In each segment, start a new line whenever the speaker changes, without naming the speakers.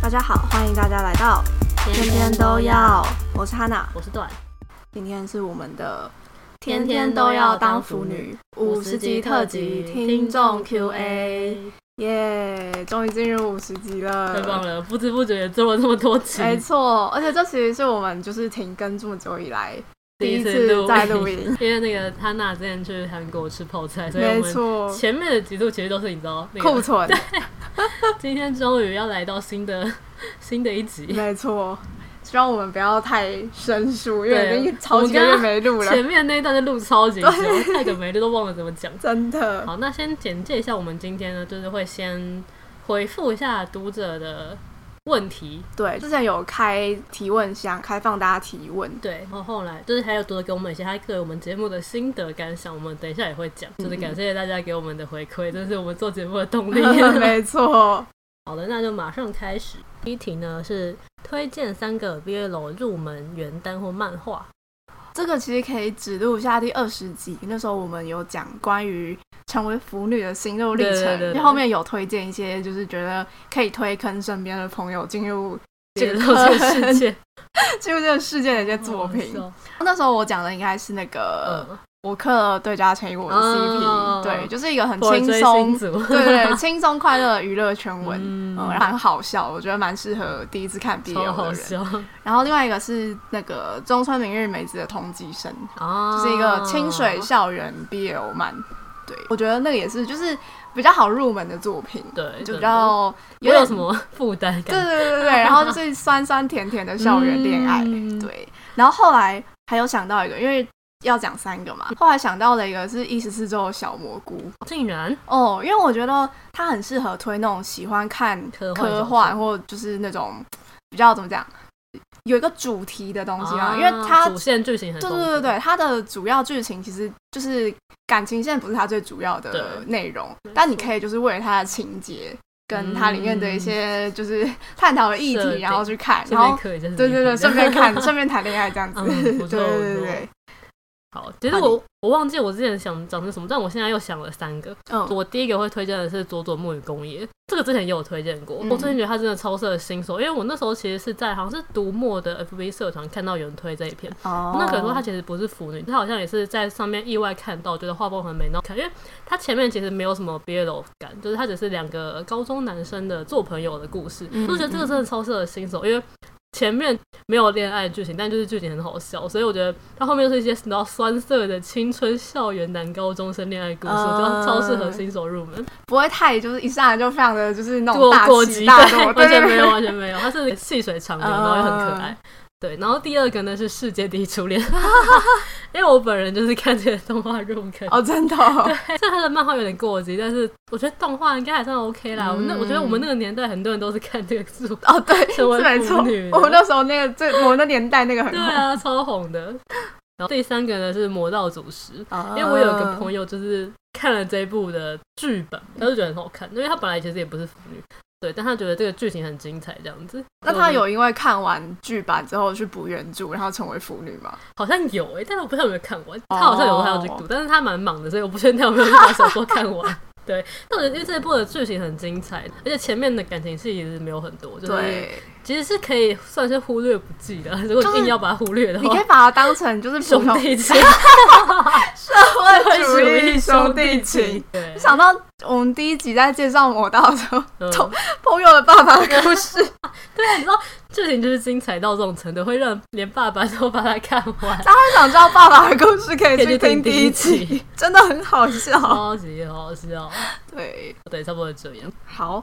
大家好，欢迎大家来到天天都要，，我是 Hanna，
我是段，
今天是我们的
天天都要当腐女
五十集特辑听众 Q&A，耶！终于进入五十集
太棒
了，
了！不知不觉做了这么多集，
没错，而且这其实是我们就是停更这么久以来第一
录
次在录
音，
音，
因为那个他娜之前去韩国吃泡菜，所以
没
我们
错，
前面的集数其实都是你知道，那
库
个
存，
今天终于要来到新的 新的一集。
没错。希望我们不要太生疏，因
对
为已经超级个月
我们刚刚
没录了，
前面那一段在录超级久，太久没录都忘了怎么讲。
真的。
好，那先简介一下我们今天呢，就是会先回复一下读者的问题，
对，之前有开提问箱，开放大家提问，
对，然后后来就是还有读者给我们一些他对我们节目的心得感想，我们等一下也会讲。
嗯
就是感谢大家给我们的回馈，这是我们做节目 的 动力。
没错，
好的，那就马上开始。第一题呢是推荐三个 BL 入门原单或漫画。
这个其实可以指路一下第二十集，那时候我们有讲关于成为腐女的心路历程，
对对对对
因为后面有推荐一些，就是觉得可以推坑身边的朋友进入
这个
坑
这个世 界
进入这个世界的一些作品。呃
好好
那时候我讲的应该是那个
笑嗯，
我克对加陈一国的 CP，、
哦
对，就是一个很
我
轻
追
松
星，族，
对对 对，轻松快乐的娱乐圈文。嗯
嗯，
然后很好笑，我觉得蛮适合第一次看 BL
超
的
好
人。
笑
然后另外一个是那个中村明日美子的同级生，
啊
就是一个清水校园 BL 漫。对，我觉得那个也是，就是比较好入门的作品，
对，
就比
真的
较
没有什么负担
对
感，
对对对 对，然后就是酸酸甜甜的校园恋爱。
嗯，
对，然后后来还有想到一个，因为要讲三个
嗯
嘛，后来想到了一个是一十四周的小蘑菇
竟然
哦，因为我觉得它很适合推那种喜欢看
科幻小
科
说
幻或就是那种比较怎么讲，有一个主题的东西嘛，
啊
因为它
主线剧情很
对
丰
对
富
对对，它的主要剧情其实就是感情线，不是它最主要的
对
内容
没，
但你
错
可以就是为了它的情节跟它里面的一些就是探讨的议
设
题，
定
然后去看，
嗯顺
然
便
后
嗑一下自己
对
的
对对，
皮这
顺
样
便看，顺便谈恋爱这样子，
嗯
对
不
对
错
对
不错
对，
好，其实
好
我我忘记我之前想讲成什么，但我现在又想了三个。
嗯，
我第一个会推荐的是佐佐木与宫野，这个之前也有推荐过。
嗯
我真的觉得他真的超适合新手，因为我那时候其实是在好像是读墨的 FB 社团看到有人推这一篇，
哦
那可能说他其实不是腐女，他好像也是在上面意外看到，觉得画风很美，然后看，因为他前面其实没有什么 BL 感，就是他只是两个高中男生的做朋友的故事，
嗯
我就觉得这个真的超适合新手，因为。前面没有恋爱剧情，但就是剧情很好笑，所以我觉得他后面就是一些比较酸涩的青春校园男高中生恋爱故事，我觉得
哦
超适合新手入门。
不会太就是一上来就非常的就是那种
过
大
过
起
激，
大落，
完
对对啊
全没
对
有，
对
完全没有，它是细水长流，
嗯
然后又很可爱。对，然后第二个呢是世界第一初恋， 因为我本人就是看这个动画入坑。
哦，真的哦，
虽然他的漫画有点过激，但是我觉得动画应该还算 OK 啦。我们那
嗯
我觉得我们那个年代很多人都是看这个 书，
哦对，
成为
是没错
腐女，的
我们那时候那个最我们那年代那个很
对
红，
啊，超红的。然后第三个呢是《魔道祖师》，
因
因为我有一个朋友就是看了这一部的剧本，他就觉得很好看，因为他本来其实也不是腐女，对，但他觉得这个剧情很精彩，这样子。
那
所以我
他
就
有因为看完剧版之后去补原著，然后成为腐女吗？
好像有诶、但是我不知道有没有看完。他好像有时候还要去
哦
读但是他蛮忙的，所以我不确定他有没有把小说看 完。对，但我觉得因为这一部的剧情很精彩，而且前面的感情戏其实没有很多，就是
对，
其实是可以算是忽略不计的。如果硬要把它忽略的
你
话
可以，把它当成就是普
哦兄
通
弟情、
社会主义兄
兄
弟
情
情。，
对，
想到我们第一集在介绍魔道的时候，
嗯
从朋友的爸爸的故事，
剧情就是精彩到这种程度，会让连爸爸都把它看完，
大家想知道爸爸的故事，可以
可
去
以去
听
听
第
第
一
一
集，
集，哦
真的很 好笑。
超级好笑。
对，
对，差不多这样。
好，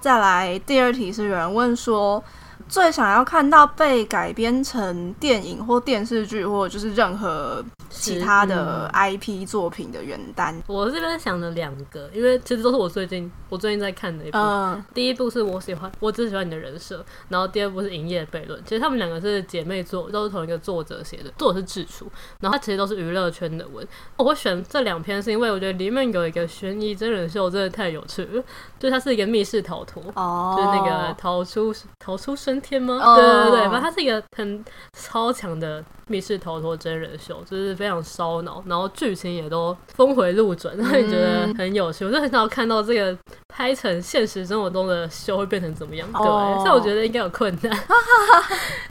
再来第二题是有人问说。最想要看到被改编成电影或电视剧，或者就是任何其他的
嗯
IP 作品的原单。
我这边想了两个，因为其实都是我最近我最近在看的一部
嗯，
第一部是我喜欢，我只喜欢你的人设，然后第二部是《营业悖论》。其实他们两个是姐妹作，都是同一个作者写的，作者是智楚，然后它其实都是娱乐圈的文。我选这两篇是因为我觉得里面有一个悬疑真人秀真的太有趣了，就是它是一个密室逃脱。
哦，
就是那个逃出逃出升天吗
哦
对对对，反正它是一个很超强的密室逃脱真人秀，就是非常烧
嗯
脑，然后剧情也都峰回路转，让你觉得很有趣。我就很少看到这个拍成现实生活中的秀会变成怎么样。对，
哦
所以我觉得应该有困 难，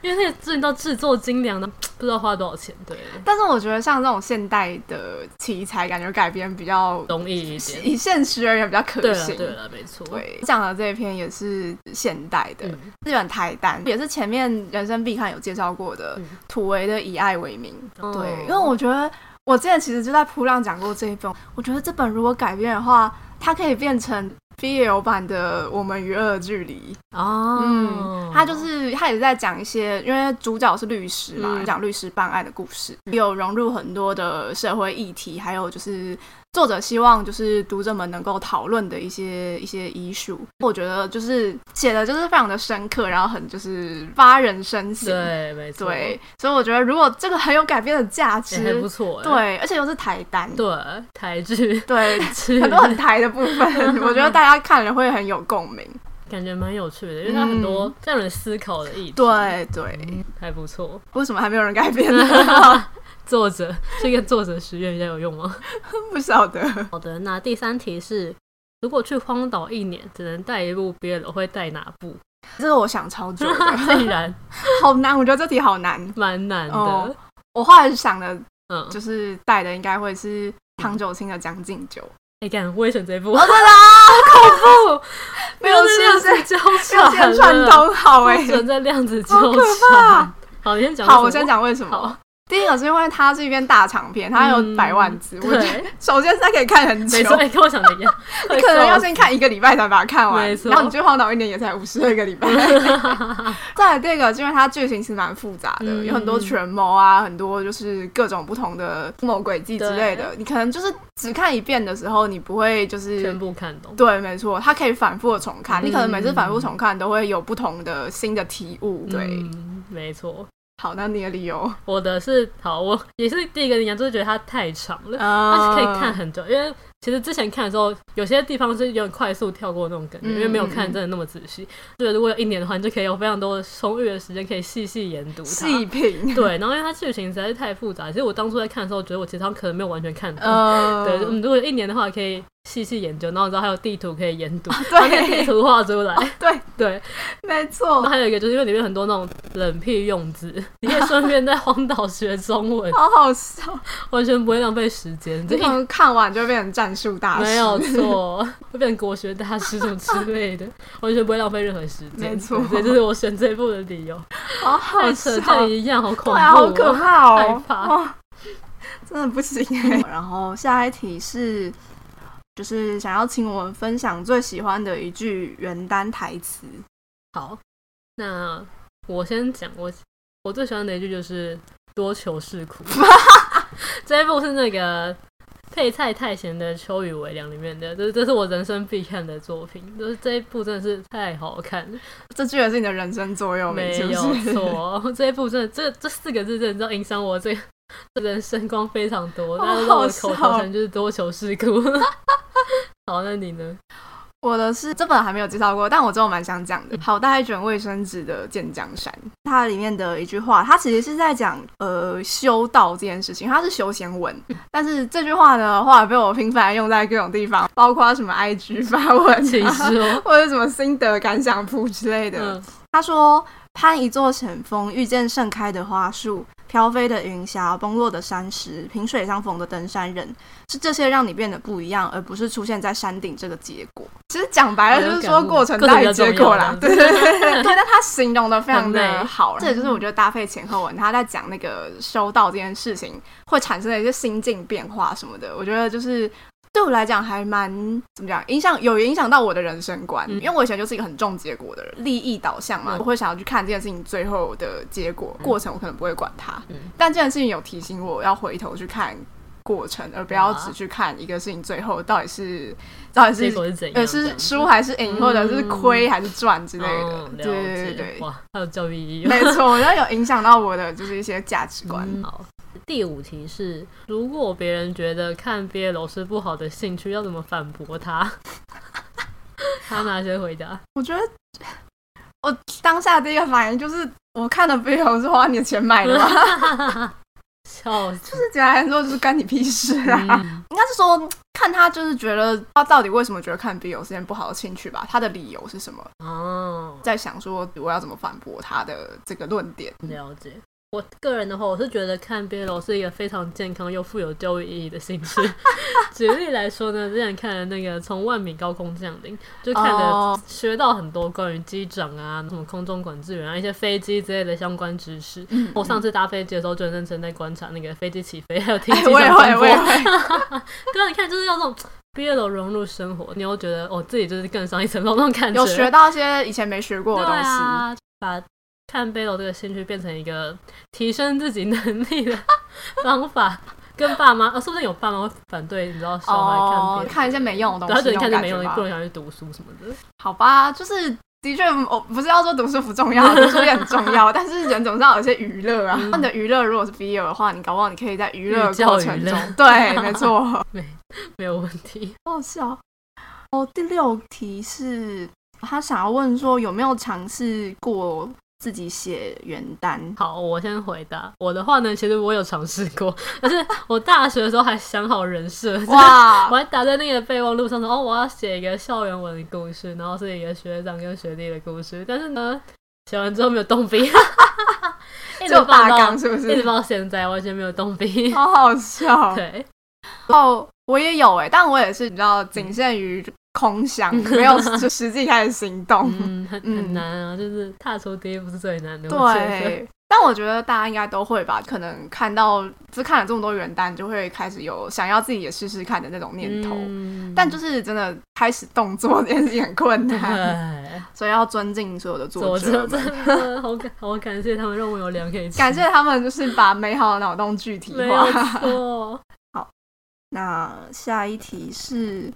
因为那个制到制作精良的，不知道花多少钱。对，
但是我觉得像这种现代的题材，感觉改编比较
容易一 点。
以现实而言比较可
对了，啊
行。
对了，没错。
对讲的这一篇也是现代的、
嗯
日本台单，也是前面人生必看有介绍过的、
嗯
土为的《以爱为名》。
哦
对，因为我觉得我之前其实就在扑浪讲过这一本，我觉得这本如果改编的话，它可以变成 BL 版的《我们与恶的距离》。
哦，
嗯，他就是他也是在讲一些，因为主角是律师嘛，
嗯
讲、律师办案的故事，有融入很多的社会议题，还有就是作者希望就是读者们能够讨论的一些一些医术。我觉得就是写的就是非常的深刻，然后很就是发人深省。
对，没错，
对，所以我觉得如果这个很有改变的价
也还不
值，
错。哎
对，而且又是台单，
对，台剧
对，
是
很多很台的部 分，我觉得大家看了会很有共鸣。
感觉蛮有趣的，因为它很多让人思考的意题。
嗯对对，
嗯，还 不错。
为什么还没有人改 编呢？
作者这个作者实验比较有用吗？
不晓得。
好的，那第三题是，如果去荒岛一年只能带一部 BL，会带哪部？
这个我想超久 的，
竟然
好难，我觉得这题好难。
蛮难的。
哦我后来想的
嗯，哎
就是带的应该会是唐九卿的《将进酒》，、
哎干，我也选这部，
真的啊，
恐 怖，
没有是
量
不
子
是？
纠
没有
缠
先串
了，
通好哎、
不准在量子纠
好可
缠
怕。
好，你先讲。
好，我先。讲为什
好
么。第一个是因为它是一篇大长篇，它有百万字，我觉得
嗯对，
首先是它可以看很 久
没，错，哎跟我想的一样，
你可能要先看一个礼拜才把它看完
没，错
然后你去荒岛一年也才五十二个 礼拜。再来第二个，是因为它剧情其实蛮复杂的，
嗯
有很多权谋啊，很多就是各种不同的谋诡计之类的。你可能就是只看一遍的时候，你不会就
全
是。
部看懂。
对，没错，它可以反复的重看，
嗯
你可能每次反复重看都会有不同的新的体悟。对，
嗯没错。
好，那你的理 由，
我的是好，我也是第一个印象就是觉得它太长了，它
啊
是可以看，很久，因为其实之前看的时候，有些地方是有点快速跳过那种感觉，
嗯
因为没有看真的那么仔细。所以如果有一年的话，你就可以有非常多的充裕的时间可以细细研读
细
它。
品，
对，然后因为它剧情实在是太复杂，其实我当初在看的时候，觉得我其实好像可能没有完全看懂。
呃，
对，嗯，如果有一年的话，可以细细研究，然后你知道还有地图可以研读，把那个地
对，哦
图画出来。
对，
对，
没错
然后，还有一个就是因为里面很多那种冷僻用字， 你可以顺便在荒岛学 中文，
好好笑。
完全不会浪费时间，
你
就
可
一
能看完就会变成战术大师，
没有错，会变成国学大师什么之 类的，完全不会浪费任何时间。
没错
所以这是我选这一部的理由。
好好
太
笑
扯，，这里一样好恐怖、
对啊，好可！怕哦，
害怕
哦 真的不行哎。然后下一题是，就是想要请我们分享最喜欢的一句原单台词。
好，那我先讲，我我最喜欢的一句就是“多求是苦” 。这一部是那个配菜太咸的《秋雨微凉》里面的，这这是我人生必看的作品，就是这一部真的是太好看了，
这句也是你的人生座右铭，
没
是不
有
是？
错。 这一部真的，这这四个字真的知道影响我这个这人生光非常多，
好
但是让
哦
我
好
的
笑
口头禅就是“多求是苦” 。好，那你呢？
我的是这本还没有介绍过，但我真的蛮想讲的。好大一卷卫生纸的建江山，它里面的一句话，它其实是在讲呃修道这件事情，它是修仙文，但是这句话呢，后来被我频繁地用在各种地方，包括什么 IG 发文、啊，
请 说。
或者什么心得感想谱之类的。
嗯，
他说：“攀一座险峰，遇见盛开的花束，飘飞的云霞，崩落的山石，萍水相逢的登山人，是这些让你变得不一样，而不是出现在山顶这个结果。”其实讲白了，就是说
很有感悟
过程大于结果啦。
过
对
程比
对对对对，但他形容的非常的
很美嗯
好，这也就是我觉得搭配前后文，他在讲那个修道这件事情会产生的一些心境变化什么的，我觉得就是。对我来讲还蛮怎么讲，影响有影响到我的人生观，
嗯
因为我以前就是一个很重结果的人，利益导向嘛，
嗯
我会想要去看这件事情最后的结果，过程我可能不会管它，
嗯
但这件事情有提醒我要回头去看过程，而不要
哇
只去看一个事情最后到底是到底
结
是
果是怎样？
呃
这
是
样子
输还是赢，
嗯
或者是亏还是赚之类的
哦，，
对
了
对
解
对对，
哇，还有教育意义。
没错，我觉得有影响到我的就是一些价值观。
嗯好，第五题是：如果别人觉得看 BL 是不好的兴趣，要怎么反驳他？ 他拿先回答，
我觉得 我 当下第一个反应就是，我看了 BL 是花你的钱买的吗？
笑死！
就是简单来说，就是干你屁事啊！
嗯
应该是说，看他就是觉得他到底为什么觉得看 BL 是件不好的兴趣吧？他的理由是什么？
哦，
在想说我要怎么反驳他的这个论点。
了解。我个人的话，我是觉得看 BL 是一个非常健康又富有教育意义的 兴趣。举例来说呢，之前看了那个《从万米高空降临》，就看了
哦
学到很多关于机长啊、什么空中管制员啊、一些飞机之类的相关知识。
嗯
我上次搭飞机的时候，就很认真在观察那个飞机起飞，还有 听
哎，
机长
我也会，
广播
我也会。
对啊，你看，就是要这种 BL 融入生活，你又觉得哦，自己就是更上一层楼那种感觉，
有啊学到一些以前没学过
对
的东西。
啊，把看 BL 这个兴趣变成一个提升自己能力的方法。跟爸妈，呃，说不定有爸妈会反对，你知道，小孩
哦
看，
看一些没用的
对，
东
他
西，
觉
那种
得看着
感
没用，
觉
你
吧
不能想去读书什么的。
好吧，就是的确，我不是要说读书不重要，读书也很重 要，但是人总是要有一些娱乐啊。那你的娱乐如果是 BL 的话，你搞不好你可以在娱乐
寓
的
教
过
于
程
乐
中， 对，没错，好
没有问题。
好笑。哦，第六题是他想要问说有没有尝试过自己写原单？
好，我先回答我的话呢，其实我有尝试过， 但是我大学的时候还想好人设，
哇
我，还打在那个备忘录上说，哦，我要写一个校园文的故事，然后是一个学长跟学弟的故事。但是呢，写完之后没有动笔， 一直
就
放
大
到
纲是不
一直
是？
放到现在，完全没有 动笔。
好好 笑。
对，
哦，我也有哎、但我也是你知道，仅限于空想，没有就实际开始行动。
嗯，很很
嗯
难啊，就是踏出第一步是最难的。我觉得
对，但我觉得大家应该都会吧，可能看到就是看了这么多元单，就会开始有想要自己也试试看的那种念头。
嗯
但就是真的开始动作这件事情很困难，
哎，
所以要尊敬所有的作
我真
者
的
们，
真的好感好感谢他们让我有粮 可以吃，
感谢他们就是把美好的脑洞具体
没有
化。
错，
那下一题是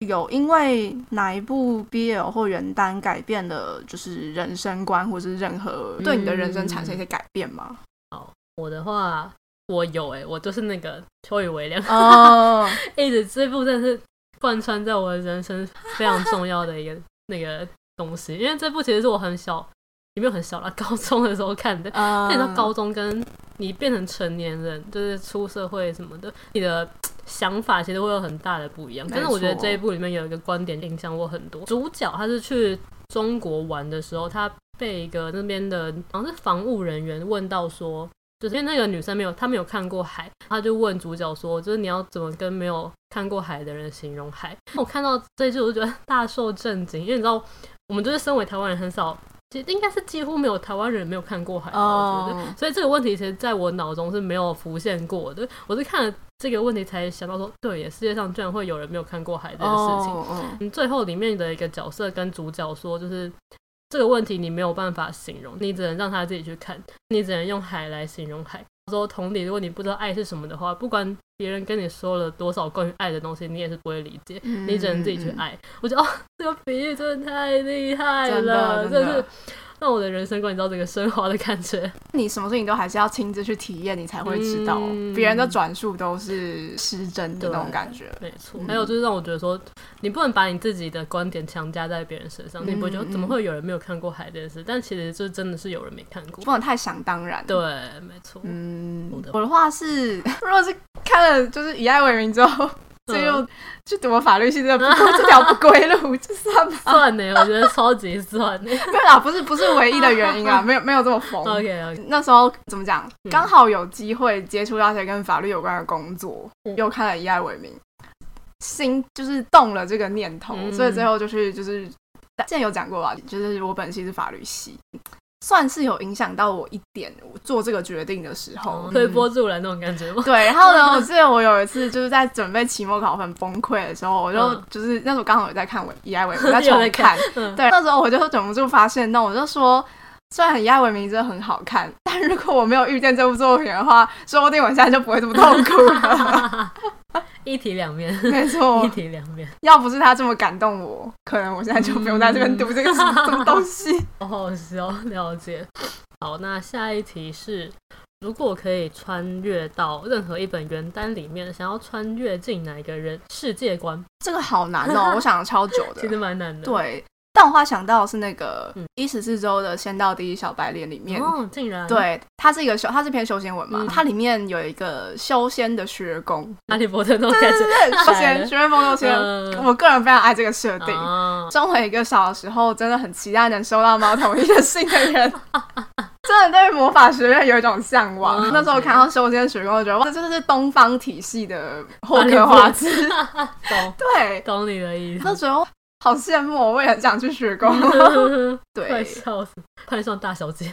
有因为哪一部 BL 或原单改变了就是人生观，或是任何对你的人生
嗯
产生一些改变吗？
我的话。我有哎、我就是那个秋雨微凉，
哦，
一直这部真的是贯穿在我的人生非常重要的一个那个东西，因为这部其实是我很小，也没有很小啦，高中的时候看的。
呃
那你
嗯
到高中跟你变成成年人，就是出社会什么的，你的想法其实会有很大的不一样。
没
但是我觉得
错
这一部里面有一个观点影响我很多。主角他是去中国玩的时候，他被一个那边的好像是防务人员问到说，就是因为那个女生没有，她没有看过海，她就问主角说，就是你要怎么跟没有看过海的人形容海？我看到这一句，我就觉得 大受震惊，因为你知道，我们就是身为台湾人，很少，其实应该是几乎没有台湾人没有看过海吧，我觉得。
哦，
所以这个问题其实在我脑中是没有浮现过的，我是看了这个问题才想到说，对耶，世界上居然会有人没有看过海这件事情。
哦 哦
嗯，最后里面的一个角色跟主角说，就是这个问题你没有办法形容，你只能让他自己去看，你只能用海来形容海。说同理，如果你不知道爱是什么的话，不管别人跟你说了多少关于爱的东西，你也是不会理解，
嗯
你只能自己去
嗯嗯
爱。我觉得哦，这个比喻真的太厉害
真的
了，
真的
是让我的人生观你知道这个升华的感觉。
你什么事情都还是要亲自去体验，你才会知道
嗯
别人的转述都是失真的那种感觉。
没错，
嗯
还有就是让我觉得说，你不能把你自己的观点强加在别人身上，你不会觉得
嗯嗯
怎么会有人没有看过海这件事，但其实就真的是有人没看过
不。能太想当然。，
对，没错，
嗯
我的，
我的话是， 如果是看了就是以爱为名之后，
嗯
就又去读了法律系这 不这条不归路，就算吧。
算呢，我觉得超级算 呢。
没有啦，不是不是唯一的原因啊，
哦
没有没有这么疯。
OK OK，
那时候怎么讲，
嗯
刚好有机会接触到一些跟法律有关的工作，
嗯
又看了《以爱为名》，心就是动了这个念头，
嗯
所以最后就是就是之前有讲过吧，就是我本系是法律系，算是有影响到我一点，我做这个决定的时候，
哦推
嗯
波助澜那种感觉吗？
对，然后呢，我记得我有一次就是在准备期末考很崩溃的时候，我就、
嗯
就是那时候刚好有在看《以爱为 名》，在
有在
重
看
看，
嗯
对，那时候我就忍不住发现那我就说。虽然《以爱为名》真的很好看，但如果我没有遇见这部作品的话，说不定我现在就不会这么痛苦 了。
一体两面，
没
一
错，
体两面，
要不是他这么感动我，可能我现在就不用在这边读这个什么什么东西。
好好笑，哦了解。好，那下一题是。如果可以穿越到任何一本原单里面，想要穿越进哪一个人世界观，
这个好难哦，我想了超久
其
的。
实蛮难的。
对，但我后来想到的是那个
嗯
一十四周的《仙道第一小白脸》里面，
哦，竟然，
对，它是一个修，它是篇修仙文嘛，
嗯
它里面有一个修仙的学宫，
哈利波特都 开始
对修
来
仙
了
学院风修仙，
嗯
我个人非常爱这个设定。
啊，
身为一个小时候真的很期待能收到猫头鹰的信的人，真的对魔法学院有一种向往。
嗯
那时候我看到修仙学宫，我觉得哇，这就是东方体系的霍格华兹。
懂
对，
懂你的意
那
思，
时候好羡慕哦，我也很想去学宫。
快
对，
笑死，快上大小姐，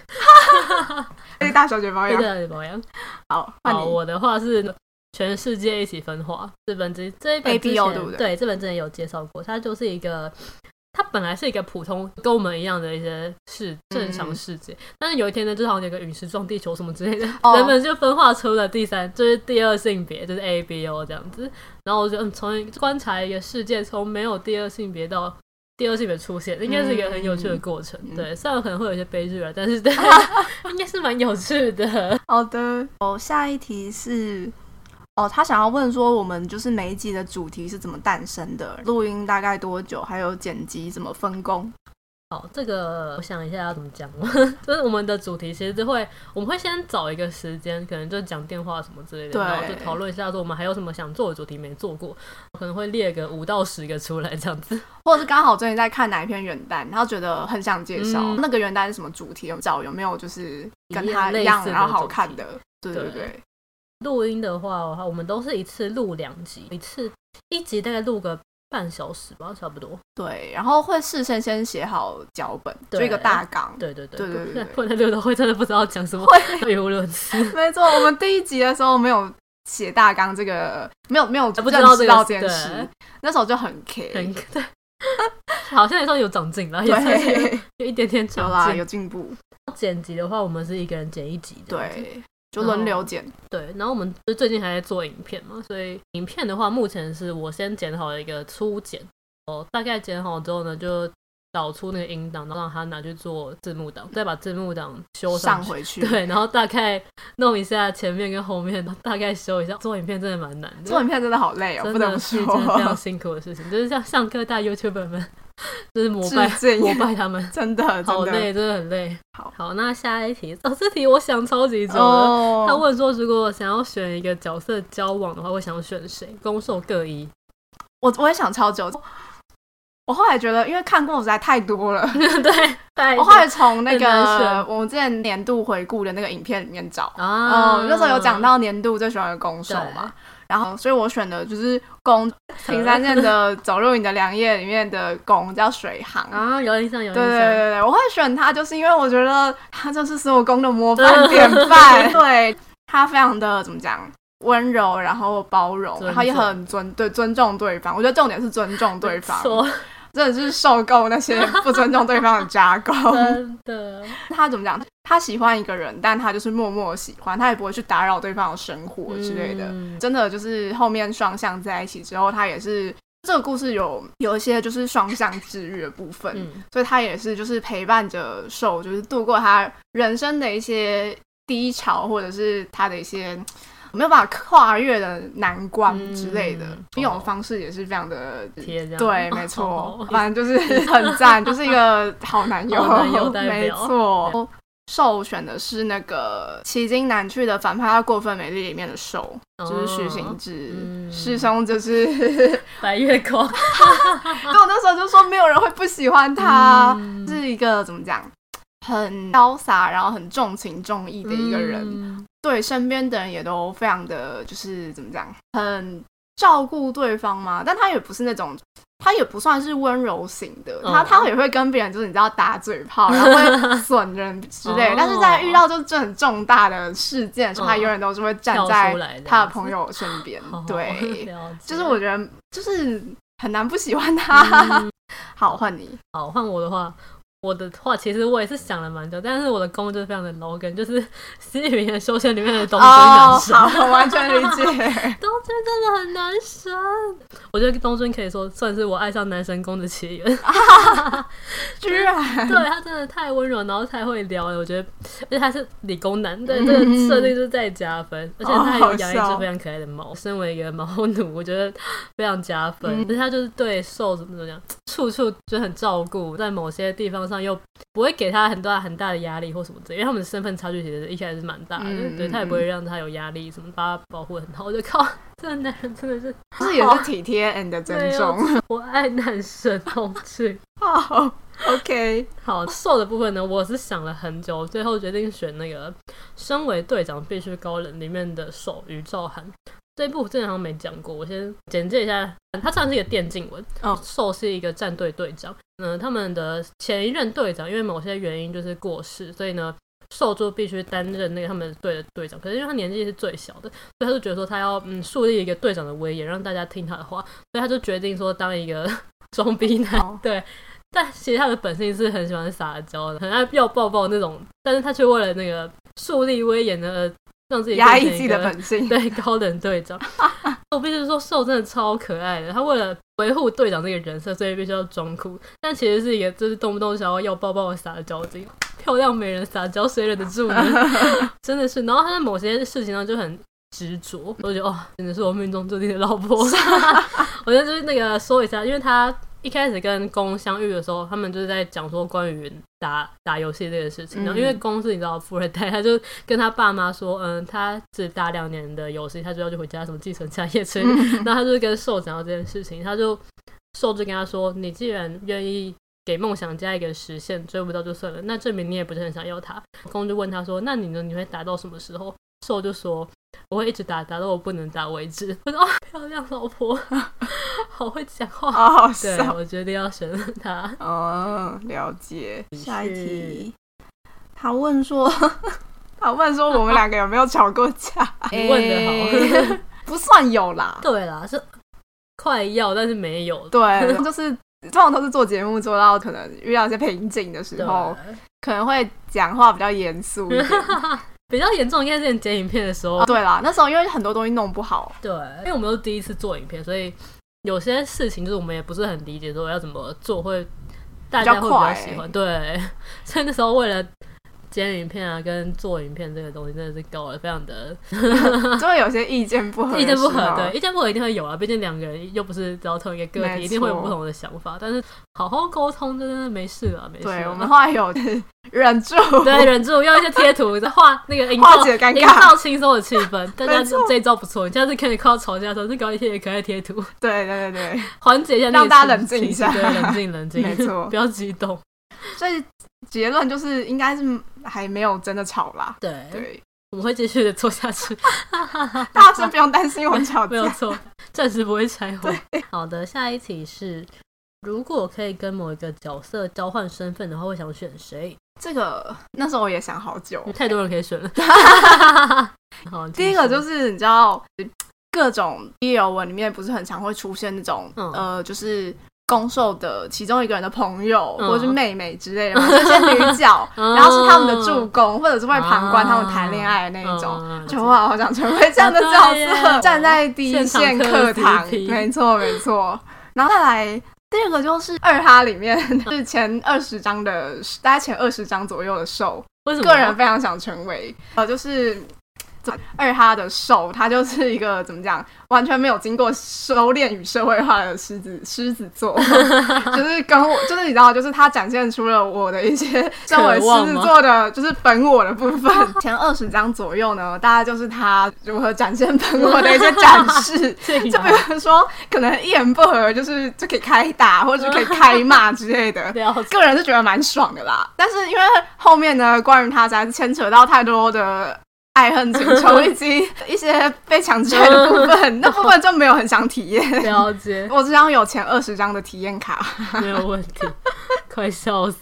那个大小姐包
对
养。
对保养。
好，换
好，
你。
我的话是全世界一起分化这本之这一本
ABO
之前
对不对
这本之前有介绍过，它就是一个。它本来是一个普通跟我们一样的一些世正常世界，但是有一天呢，就好像有个陨石撞地球什么之类的，
嗯哦
人们就分化出了第三，就是第二性别，就是 A B O 这样子。然后我就嗯，从观察一个世界，从没有第二性别到第二性别出现，应该是一个很有趣的过程。
嗯
对，虽然可能会有一些悲剧啊，但是 对，应该是蛮有趣的。
好的，哦，下一题是。哦，他想要问说，我们就是每一集的主题是怎么诞生的？录音大概多久？还有剪辑怎么分工？
好，这个我想一下要怎么讲， 就是我们的主题其实就会，我们会先找一个时间，可能就讲电话什么之类的，
对
然后就讨论一下说我们还有什么想做的主题没做过，可能会列个五到十个出来这样子。
或者是刚好最近在看哪一篇元旦，然后觉得很想介绍、
嗯
那个元旦是什么主题，有找有没有就是跟
一
他
样类
一样
似的
然后好
主题
看的？对对
对
对，
录音的话，我们都是一次录两集，一次一集大概录个半小时吧，差不多。
对，然后会事先先写好脚本，就
对
一个大纲。
对对对
对对对对
不然录的会真的不知道讲什么，语无伦次。
没错，我们第一集的时候没有写大纲，这个没有没有认
还呃不知道
识
这个
到这件
对
事，那时候就很 care。
很 对，好像也算有长进 了，也算是 有
对，
有一点点
有
长
啦，
进
有。进步，
剪辑的话，我们是一个人剪一集这样子，
对，就轮流剪，
对。然后我们就最近还在做影片嘛，所以影片的话，目前是我先剪好一个粗剪，哦，大概剪好之后呢，就导出那个音档，然后让他拿去做字幕档，再把字幕档修
上
去。
回去。
对，然后大概弄一下前面跟后面， 大概修一下。做影片真的蛮难的，
做影片真的好累哦，
真
不得不
的是一件非常
说，
辛苦的事情，就是像像各大 YouTuber 们， 就是膜拜
致敬
膜拜他们，
真的
好
真的
累，真的很累。
好
那下一题，哦，这题我想超级久了。
哦
他问说，如果想要选一个角色交往的话，会想要选谁？攻受各一，
我我也想超久。我后来觉得，因为看过实在太多了，
对，带
哦我后来从那
很难
个
选
我们之前年度回顾的那个影片里面找。
啊、
嗯，那时候有讲到年度最喜欢的攻受嘛，然后所以我选的就是攻平山县的《走入你的良夜》里面的攻叫水行。
啊，有印象，有印
对对对
象。
对，我会选他，就是因为我觉得他就是所有攻的模范 典范。对他非常的怎么讲，温柔，然后包容，
尊重
然后也很尊对尊重对方。我觉得重点是尊重对方，
错，
真的是受够那些不尊重对方的渣 攻。
真的，
他怎么讲？他喜欢一个人，但他就是默默喜欢，他也不会去打扰对方的生活之类的。
嗯
真的就是后面双向在一起之后，他也是这个故事有有一些就是双向治愈的部分。
嗯，
所以他也是就是陪伴着受，就是度过他人生的一些低潮，或者是他的一些嗯没有办法跨越的难关
嗯
之类的。
哦
这种方式也是非常的
贴这样
对，
哦
没
好
错
好，
反正就是很赞，就是一个好男友，
好男友代表
没错。受选的是那个《奇经难去》的反派，他过分美丽里面的受，就是徐行
哦
之，
嗯
师兄就是
白月光，
所以我那时候就说没有人会不喜欢他，
嗯
是一个怎么讲，很潇洒，然后很重情重义的一个人，
嗯
对身边的人也都非常的就是怎么讲，很照顾对方嘛。但他也不是那种，他也不算是温柔型的，
哦
他他也会跟别人就是你知道打嘴炮，然后 会损人之类的。
哦
但是在遇到就是这很重大的事件的时候，
嗯
他永远都是会站
跳
在
出来这
他的
样子
朋友身边
好好。
对，
了
就
解
是我觉得就是很难不喜欢他。
嗯
好，换你。
好，换我的话，我的话其实我也是想了蛮久，但是我的功就是非常的 logan，就是《 西语言修仙》里面的东尊
哦
男，神。
好，我完全理 解。
东尊真的很男神，我觉得东尊可以说算是我爱上男神宫的起源。
居 然
对他真的太温柔，然后太会聊了，我觉得，而且他是理工男，对这个设定就是再 加分，而且他还有养一
嗯哦好
只
笑
非常可爱的猫，身为一个猫奴，我觉得非常加分。
嗯
而且他就是对兽怎么怎么样，处处就很照顾，在某些地方上又不会给他很大很大的压力或什么之类，因为他们的身份差距其实一开始是蛮大的，
嗯
对
嗯
他也不会让他有压力，什么把他保护得很好。我就靠， 这个男人真的是哦
这也是体贴 and 尊重。
我爱男神同志。
哦，OK，
好，瘦的部分呢，我是想了很久，最后决定选那个《身为队长必须高冷》里面的手于兆涵。这一部之前好像没讲过，我先简介一下。他算是一个电竞文，
哦
兽是一个战队队长。嗯、他们的前一任队长因为某些原因就是过世，所以呢，兽就必须担任那个他们队的队长。可是因为他年纪是最小的，所以他就觉得说他要嗯树立一个队长的威严，让大家听他的话，所以他就决定说当一个 装逼男。
哦
对，但其实他的本性是很喜欢撒娇的，很爱要抱抱那种，但是他却为了那个树立威严的，让自己
压抑
变成
自
一
己的
个
本性。
对， 高冷队长。我必须说，兽真的超可爱的。他为了维护队长这个人设，所以必须要装酷，但其实是一个就是动不动想要要抱抱撒娇这个漂亮美人撒娇，谁忍得住呢？真的是。然后他在某些事情上就很。执着，我就觉得哦，真的是我命中注定的老婆。 我觉得就是那个说一下，因为他一开始跟公相遇的时候，他们就是在讲说关于打打游戏这个事情。然后因为
嗯
公是你知道富二代，他就跟他爸妈说，嗯，他只打两年的游戏，他就要去回家什么继承家业
嗯
之类的。 然后他就跟兽讲到这件事情，他就兽就跟他说：“你既然愿意给梦想加一个实现，追不到就算了，那证明你也不是很想要它。”公就问他说：“那你呢？你会打到什么时候？”兽就说：“我会一直打，打到我不能打 为止。”我说：“哦，漂亮老婆，好会讲话。
哦，好
对，
笑。
我决定要选他。
哦，了解。下一
是
题，他问说， 他问说我们两个有没有吵过架？
你问得好
诶， 不算有啦。
对啦，是快要，但是没有。
对，就是通常都是做节目做到可能遇到一些瓶颈的时
对，
候，可能会讲话比较严肃 一点。
比较严重应该是你剪影片的时候
哦，对啦，那时候因为很多东西弄不好，
对，因为我们都第一次做影片，所以有些事情就是我们也不是很理解，说要怎么做会大家会比较喜欢。对， 所以那时候为了剪影片啊，跟做影片这个东西，真的是搞得非常的
就会有些意见不合的
意
时候，
见不合。对，意见不合一定会有啊，毕竟两个人又不是只要同一个个
没错
体，一定会有不同的想法。但是好好沟通，真的没事啊，没事
对，
啊。
我们后来有 忍住，
对，忍住用一些贴图画 那个营
化
造
解尴
营
尬。
造轻松的气氛，大家
没错
这一招不错，你下次可以看到吵架的时候，就搞一些可爱贴图。
对对对对，
缓解一下，
让大家冷静一下
对，冷静冷静，
没错
不要激动。
所以结论就是应该是还没有真的吵啦。
对，
对，
我们会继续的做下去，
大家先不用担心我们吵
没有
架。
错，暂时不会拆伙。好的，下一题是，如果可以跟某一个角色交换身份的话，会想选谁？
这个那时候我也想好久。
太多人可以选了。好，
第一个就是是你知道各种 BL 文里面不是很常会出现那种、
嗯
呃，就是攻受的其中一个人的朋友、
嗯
或者是妹妹之类的嘛，这些女 角，然后是他们的助攻，或者是会旁观他们谈恋爱的那一种。
嗯
就我好想成为这样的角
啊对耶
色，站在第一线
现场
课堂
CP，
没错没错。然后再来第二个就是二哈里面 是前二十章的，大概前二十章左右的兽，
为什么
个人非常想成为，呃，就是。二哈的兽，它就是一个怎么讲，完全没有经过收敛与社会化的狮子狮子座， 就是跟我，就是你知道，就是它展现出了我的一 些身为
渴望
狮子
吗。
座的，就是本我的部分。前二十章左右呢，大概就是它如何展现本我的一些展示
对
就比如说，可能一言不合就是就可以开打，或者是可以开骂之类的。
了解
个人是觉得蛮爽的啦。但是因为后面呢，关于他实在是牵扯到太多的爱恨情 仇以及一些被强制的部分，那部分就没有很想体验。
了解，
我只想有前二十张的体验卡。
没有问 题，快笑死。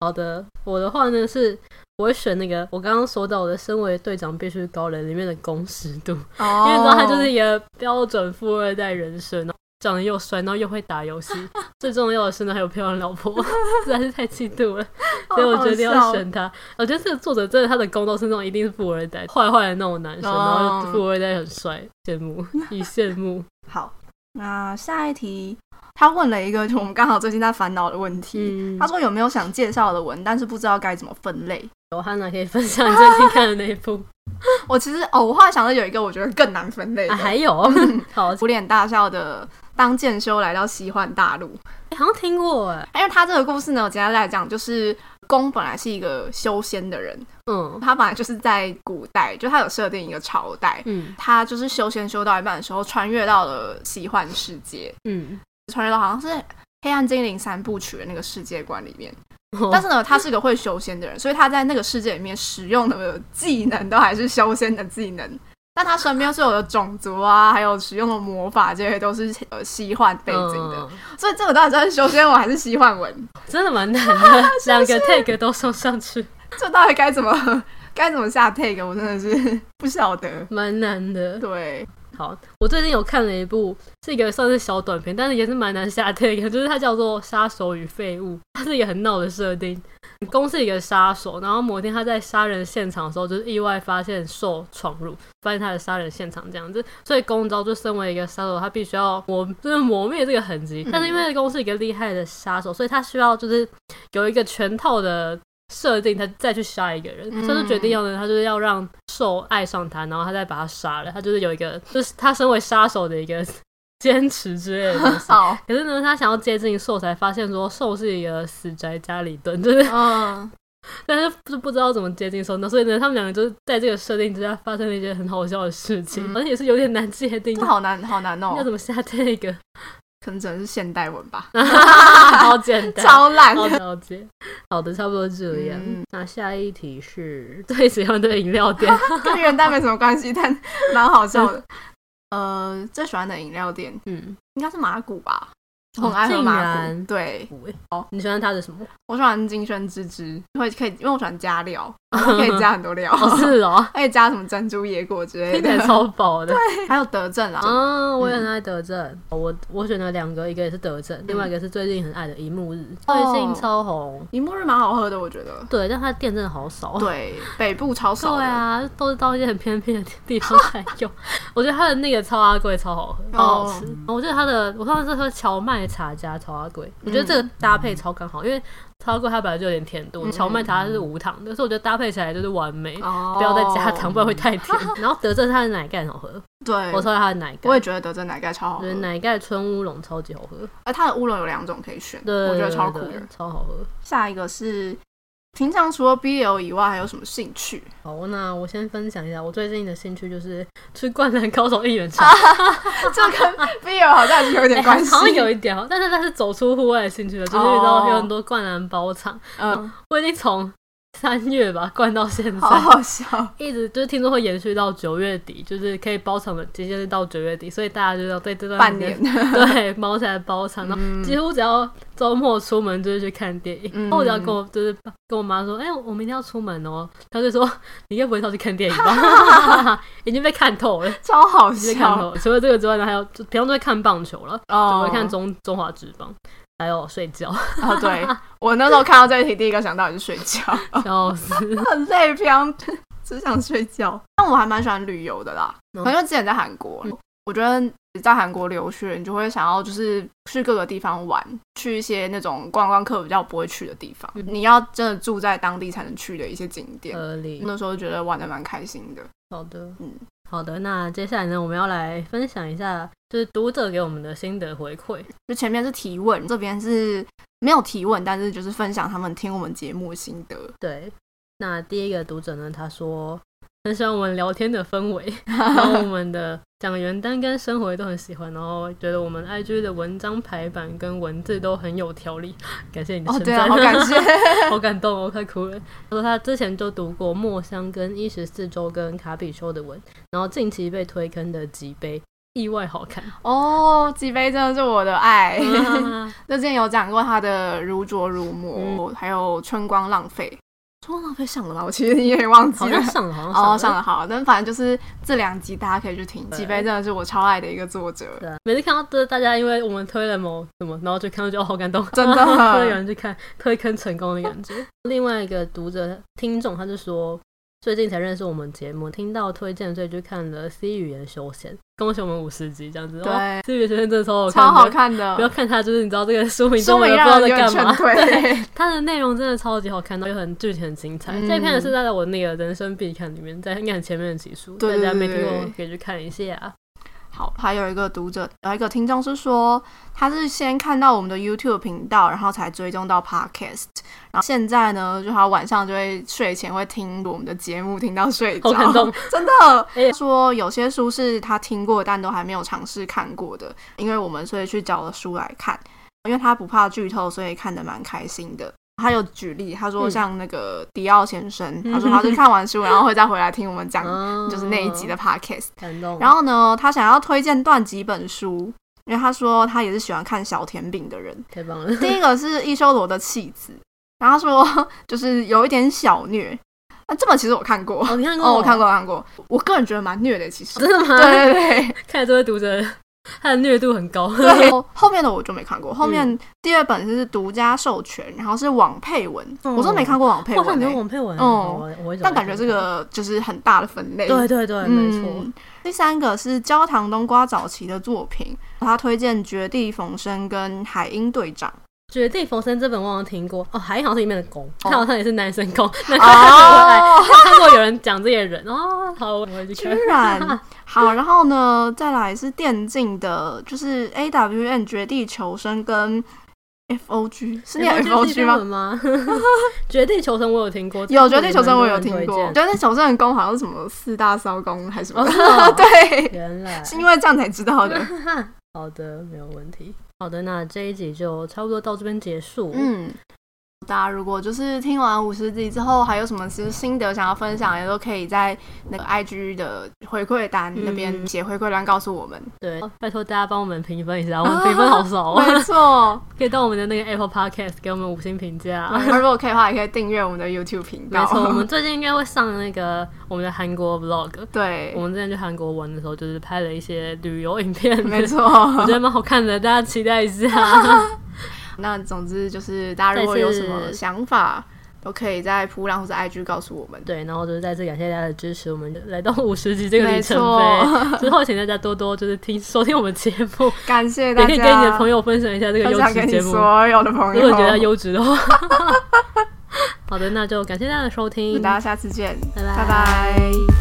好的，我的话呢是，我会选那个我刚刚说到的，身为队长必须高冷里面的公识度，
哦
因为你知道他就是一个标准富二代人生，长得又帅，然后又会打 游戏，最重要的是呢还有漂亮老婆，实在是太嫉妒了，所以我决定
哦
要选他。我觉得这个作者真的他的工作是那种一定是富二代，坏坏的那种男生，然
哦
后富二代很帅，羡慕，以羡慕。
好。那下一题，他问了一个就我们刚好最近在烦恼的问题。
嗯
他，说有没有想介绍的文，但是不知道该怎么分类。
有汉娜可以分享你最近看的那一部
我其实哦，我后来想到有一个我觉得更难分类
啊，
的，
还有 好，哎
捂脸大笑的当剑修来到西幻大陆。
欸好像听过哎，
因为他这个故事呢，我简单来讲，就是公本来是一个修仙的人，
嗯
他本来就是在古代，就他有设定一个朝代，
嗯
他就是修仙修到一半的时候，穿越到了奇幻世界，
嗯，
穿越到好像是。黑暗精灵三部曲的那个世界观里面，但
但
是呢，他是个会修仙的人，所以他在那个世界里面使用的技能都还是修仙的技能。但他身边所有的种族啊，还有使用的魔法，这些都是呃西幻背景
嗯
的。所以这个到底算是修仙文还是西幻文？
真的蛮难 的，两个 tag 都送上去，
这到底该怎么该怎么下 take？我真的是不晓得。
蛮难的。
对，
好，我最近有看了一部，是一个算是小短片，但是也是蛮难下 tag，就是它叫做《杀手与废物》，它是一个很闹的设定。公是一个杀手，然后某天他在杀人现场的时候，就是意外发现受闯入，发现他的杀人现场这样子，所以公招就身为一个杀手，他必须要磨，就是磨灭这个痕迹。但是因为公是一个厉害的杀手，所以他需要就是有一个全套的设定，他再去杀一个人。
嗯
所以就决定要呢，他就是要让受爱上他，然后他再把他杀了。他就是有一个，就是他身为杀手的一个坚持之类的 东西。
好，
可是呢，他想要接近兽，才发现说兽是一个死宅家里蹲，就是
嗯，
但是就不知道怎么接近兽呢，所以呢，他们两个就是在这个设定之下发生了一些很好笑的事情，
嗯
而且也是有点难界定
这好难，好难哦
要，怎么下 这个，
可能只能是现代文吧，
好简单，
超烂。
好哦了解。好的，差不多这样。
嗯
那下一题是 最喜欢的饮料店，
跟元旦没什么关系，但蛮好笑的。呃，最喜欢的饮料店
嗯，
应该是麻古吧，我
哦
很爱喝
竟
麻古。
然
对，
哦，你喜欢它的什么？
我喜欢金萱芝芝，会可以，因为我喜欢加 料，然后可以加很多料，
哦， 是哦，
可以加什么珍珠椰果之类
听起来
的，
超饱的。
还有德政啦。
啊，我也很爱德政，哦我我选了两个，一个也是德政，另外一个是最近很爱的一幕日，
哦
最近超红。
银幕日蛮好喝的，我觉得。
对，但它的店真的好少。
对，北部超
哦对
少的。
啊，都是到一些很偏僻的 地方才有。我觉得它的那个超阿
哦
贵超好喝，超好吃。然后我觉得它的，我上次喝荞麦茶加超阿贵，
嗯
我觉得这个搭配超刚好，因为超阿贵它本来就有点甜度，
嗯
荞麦茶它是无糖的，所以我觉得搭配起来就是完美。
哦
不要再加糖，不然会太 甜。然后德政它的奶盖很好喝，
对，
我超爱它的奶盖
我。也觉得德政奶盖超好
我
喝
觉得，奶盖春乌龙超级好喝，
而它的乌龙有两种可以选，
对，
我觉得
对
超酷
对
的。
超好喝。
下一个是平常除了 BL 以外还有什么兴 趣？
好，那我先分享一下我最近的兴趣，就是去《灌篮高手》应援场，
这跟 BL 好像有点
哎
关系，哦
好像有一点哦，但是但是走出户外的兴趣了，就是你知道有很多灌篮包场，
嗯，
我已经从三月吧灌到现在，
好好笑。
一直就是听说会延续到九月底，就是可以包场的期限是到九月底，所以大家就要对这段
半
时间
年，
对 猫起来包场，然后
嗯
几乎只要周末出门就是去看电影，
嗯
然后我只要跟我就是跟我妈说，哎、我明天要出门哦，她就说你该不会是要去看电影吧？ 已经被看透了，
超好
已经被看
笑
透。了。除了这个之外呢，还有就平常都会看棒球了。
哦
我会看中中华职棒，还有睡觉，
哦， 对我那时候看到这一题，第一个想到也是睡觉，
笑死。
很累，平常只想睡觉。但我还蛮喜欢旅游的啦，
嗯
可能就之前在韩国，
嗯
我觉得在韩国留学，你就会想要就是去各个地方玩，去一些那种观光客比较不会去的地方，
嗯
你要真的住在当地才能去的一些景点。
合理。
那时候觉得玩的蛮开心的，
好的，
嗯
好的。那接下来呢，我们要来分享一下，就是读者给我们的心得回馈。
就前面是提问，这边是没有提问，但是就是分享他们听我们节目的心得。
对，那第一个读者呢，他说很喜欢我们聊天的氛围， 然后我们的讲元旦跟生活也都很喜欢，然后觉得我们 IG 的文章排版跟文字都很有条理，感谢你的
哦，
称
对啊，
赞，
好感 谢。
好感动哦，我快哭了。他说他之前就读过墨香跟一十四周跟卡比修的文，然后近期被推坑的几杯意外好看。
哦，吉飞真的是我的爱。
啊
那之前有讲过他的如琢如磨，还有春光浪费。嗯春光浪费上了吗？我 其实有点忘记
好
了
像。上了，好像上 了。
哦，上了好，但反正就是这两集大家可以去听。
对
吉飞真的是我超爱的一个作 者，
对啊每次看到就是大家因为我们推了某什么，然后就看到就哦好感动，
真 的
突然有人去看推坑成功的感觉。另外一个读者听众他就说，最近才认识我们节目，听到推荐，所以去看了《C 语言休闲》，恭喜我们五十集这样子。
对
哦、，C 语言休闲真的超好看，
超好。看的
不要，看它，就是你知道这个 书名，
说
不
明
知
让
道在
人有点
干嘛
劝。退。
它的内容真的超级好看，又很剧情很精彩。
嗯
这篇也是在我那个人生必看里面，在应该很前面的集数，
对对
大家没
对
听过
对
可以去看一下。
好，还有一个读者，有一个听众是说，他是先看到我们的 YouTube 频道，然后才追踪到 Podcast，然后现在呢，就他晚上就会睡前会听我们的节目，听到睡着，
好感动
真的。
哎呀
说有些书是他听过，但都还没有尝试看过的，因为我们所以去找了书来看，因为他不怕剧透，所以看得蛮开心的。他有举例，他说
嗯
像那个迪奥先生，他说他是看完 书，然后会再回来听我们讲，
嗯，
就是那一集的 podcast。
感动。
然后呢，他想要推荐段几本书，因为他说他也是喜欢看小甜饼的 人。
太棒了，
第一个是一修罗的妻子，然后他说就是有一点小虐。那、这本其实我看过，
哦，你看过？
哦，我看。过，我看过。我个人觉得蛮虐的，其实。
真的吗？
对 对对
看来这位读者他的虐度很高。
对，后后面的我就没看过。后面第二本是独家授权，然后是网配文，
嗯
我都没看过网配
我感
文、
觉
欸。
王佩文，哦
嗯
我我会想
但感觉
看
这个就是很大的分类，
对对对，没错
嗯。第三个是焦糖冬瓜早期的作品，他推荐《绝地逢生》跟《海鹰队 长
《绝地逢生》这本我好像听过哦，海英好像是里面的公，他好像也是男生公，难》 怪他很可爱。
哦，
看过有人讲这些人哦，好，我回去
居
看。
然好，然后呢，再来是电竞的，就是 A W N 绝地求生跟 F O G 是念 F O
有
G
吗
吗？？
绝地求生我有听过，
有
这
绝
部
地
也
求生，
蛮
我
多
有
人
听
推
过。
荐
绝地求生的功好像是什么四大骚功还是什么
哦，？是哦
对，
原来
是因为这样才知道的。
好的，没有问题。好的，那这一集就差不多到这边结束。，
嗯，大家如果就是听完五十集之后，还有什么就是心得想要分享，也都可以在那个 IG 的回馈单那边
嗯
写回馈单告诉我们。
对，拜托大家帮我们评分 一下，我们评分好少哦。
没错，啊
可以到我们的那个 Apple Podcast 给我们五星 评价。
对如果可以的话，也可以订阅我们的 YouTube 频道。
没错， 我们最近应该会上那个我们的韩国 Vlog。
对
我，们之前去韩国玩的时候，就是拍了一些旅游影片，
没，
我
错
觉。得蛮好看的，大家期待一下。
那总之就是大家如果有什么想法，都可以在普朗或者 IG 告诉我 们。
对，然后就是再次感谢大家的支持，我们来到五十集这个里
没
程
错
碑之后，请大家多多就是听收听我们节目，
感谢
也
大
可
家，
以跟你的朋友分享一下这个
分
优
享给
质
你
节目。
所有的朋友。
如果你觉得优质的话， 好的，那就感谢大家的收听，
大家下次见，
拜拜
拜拜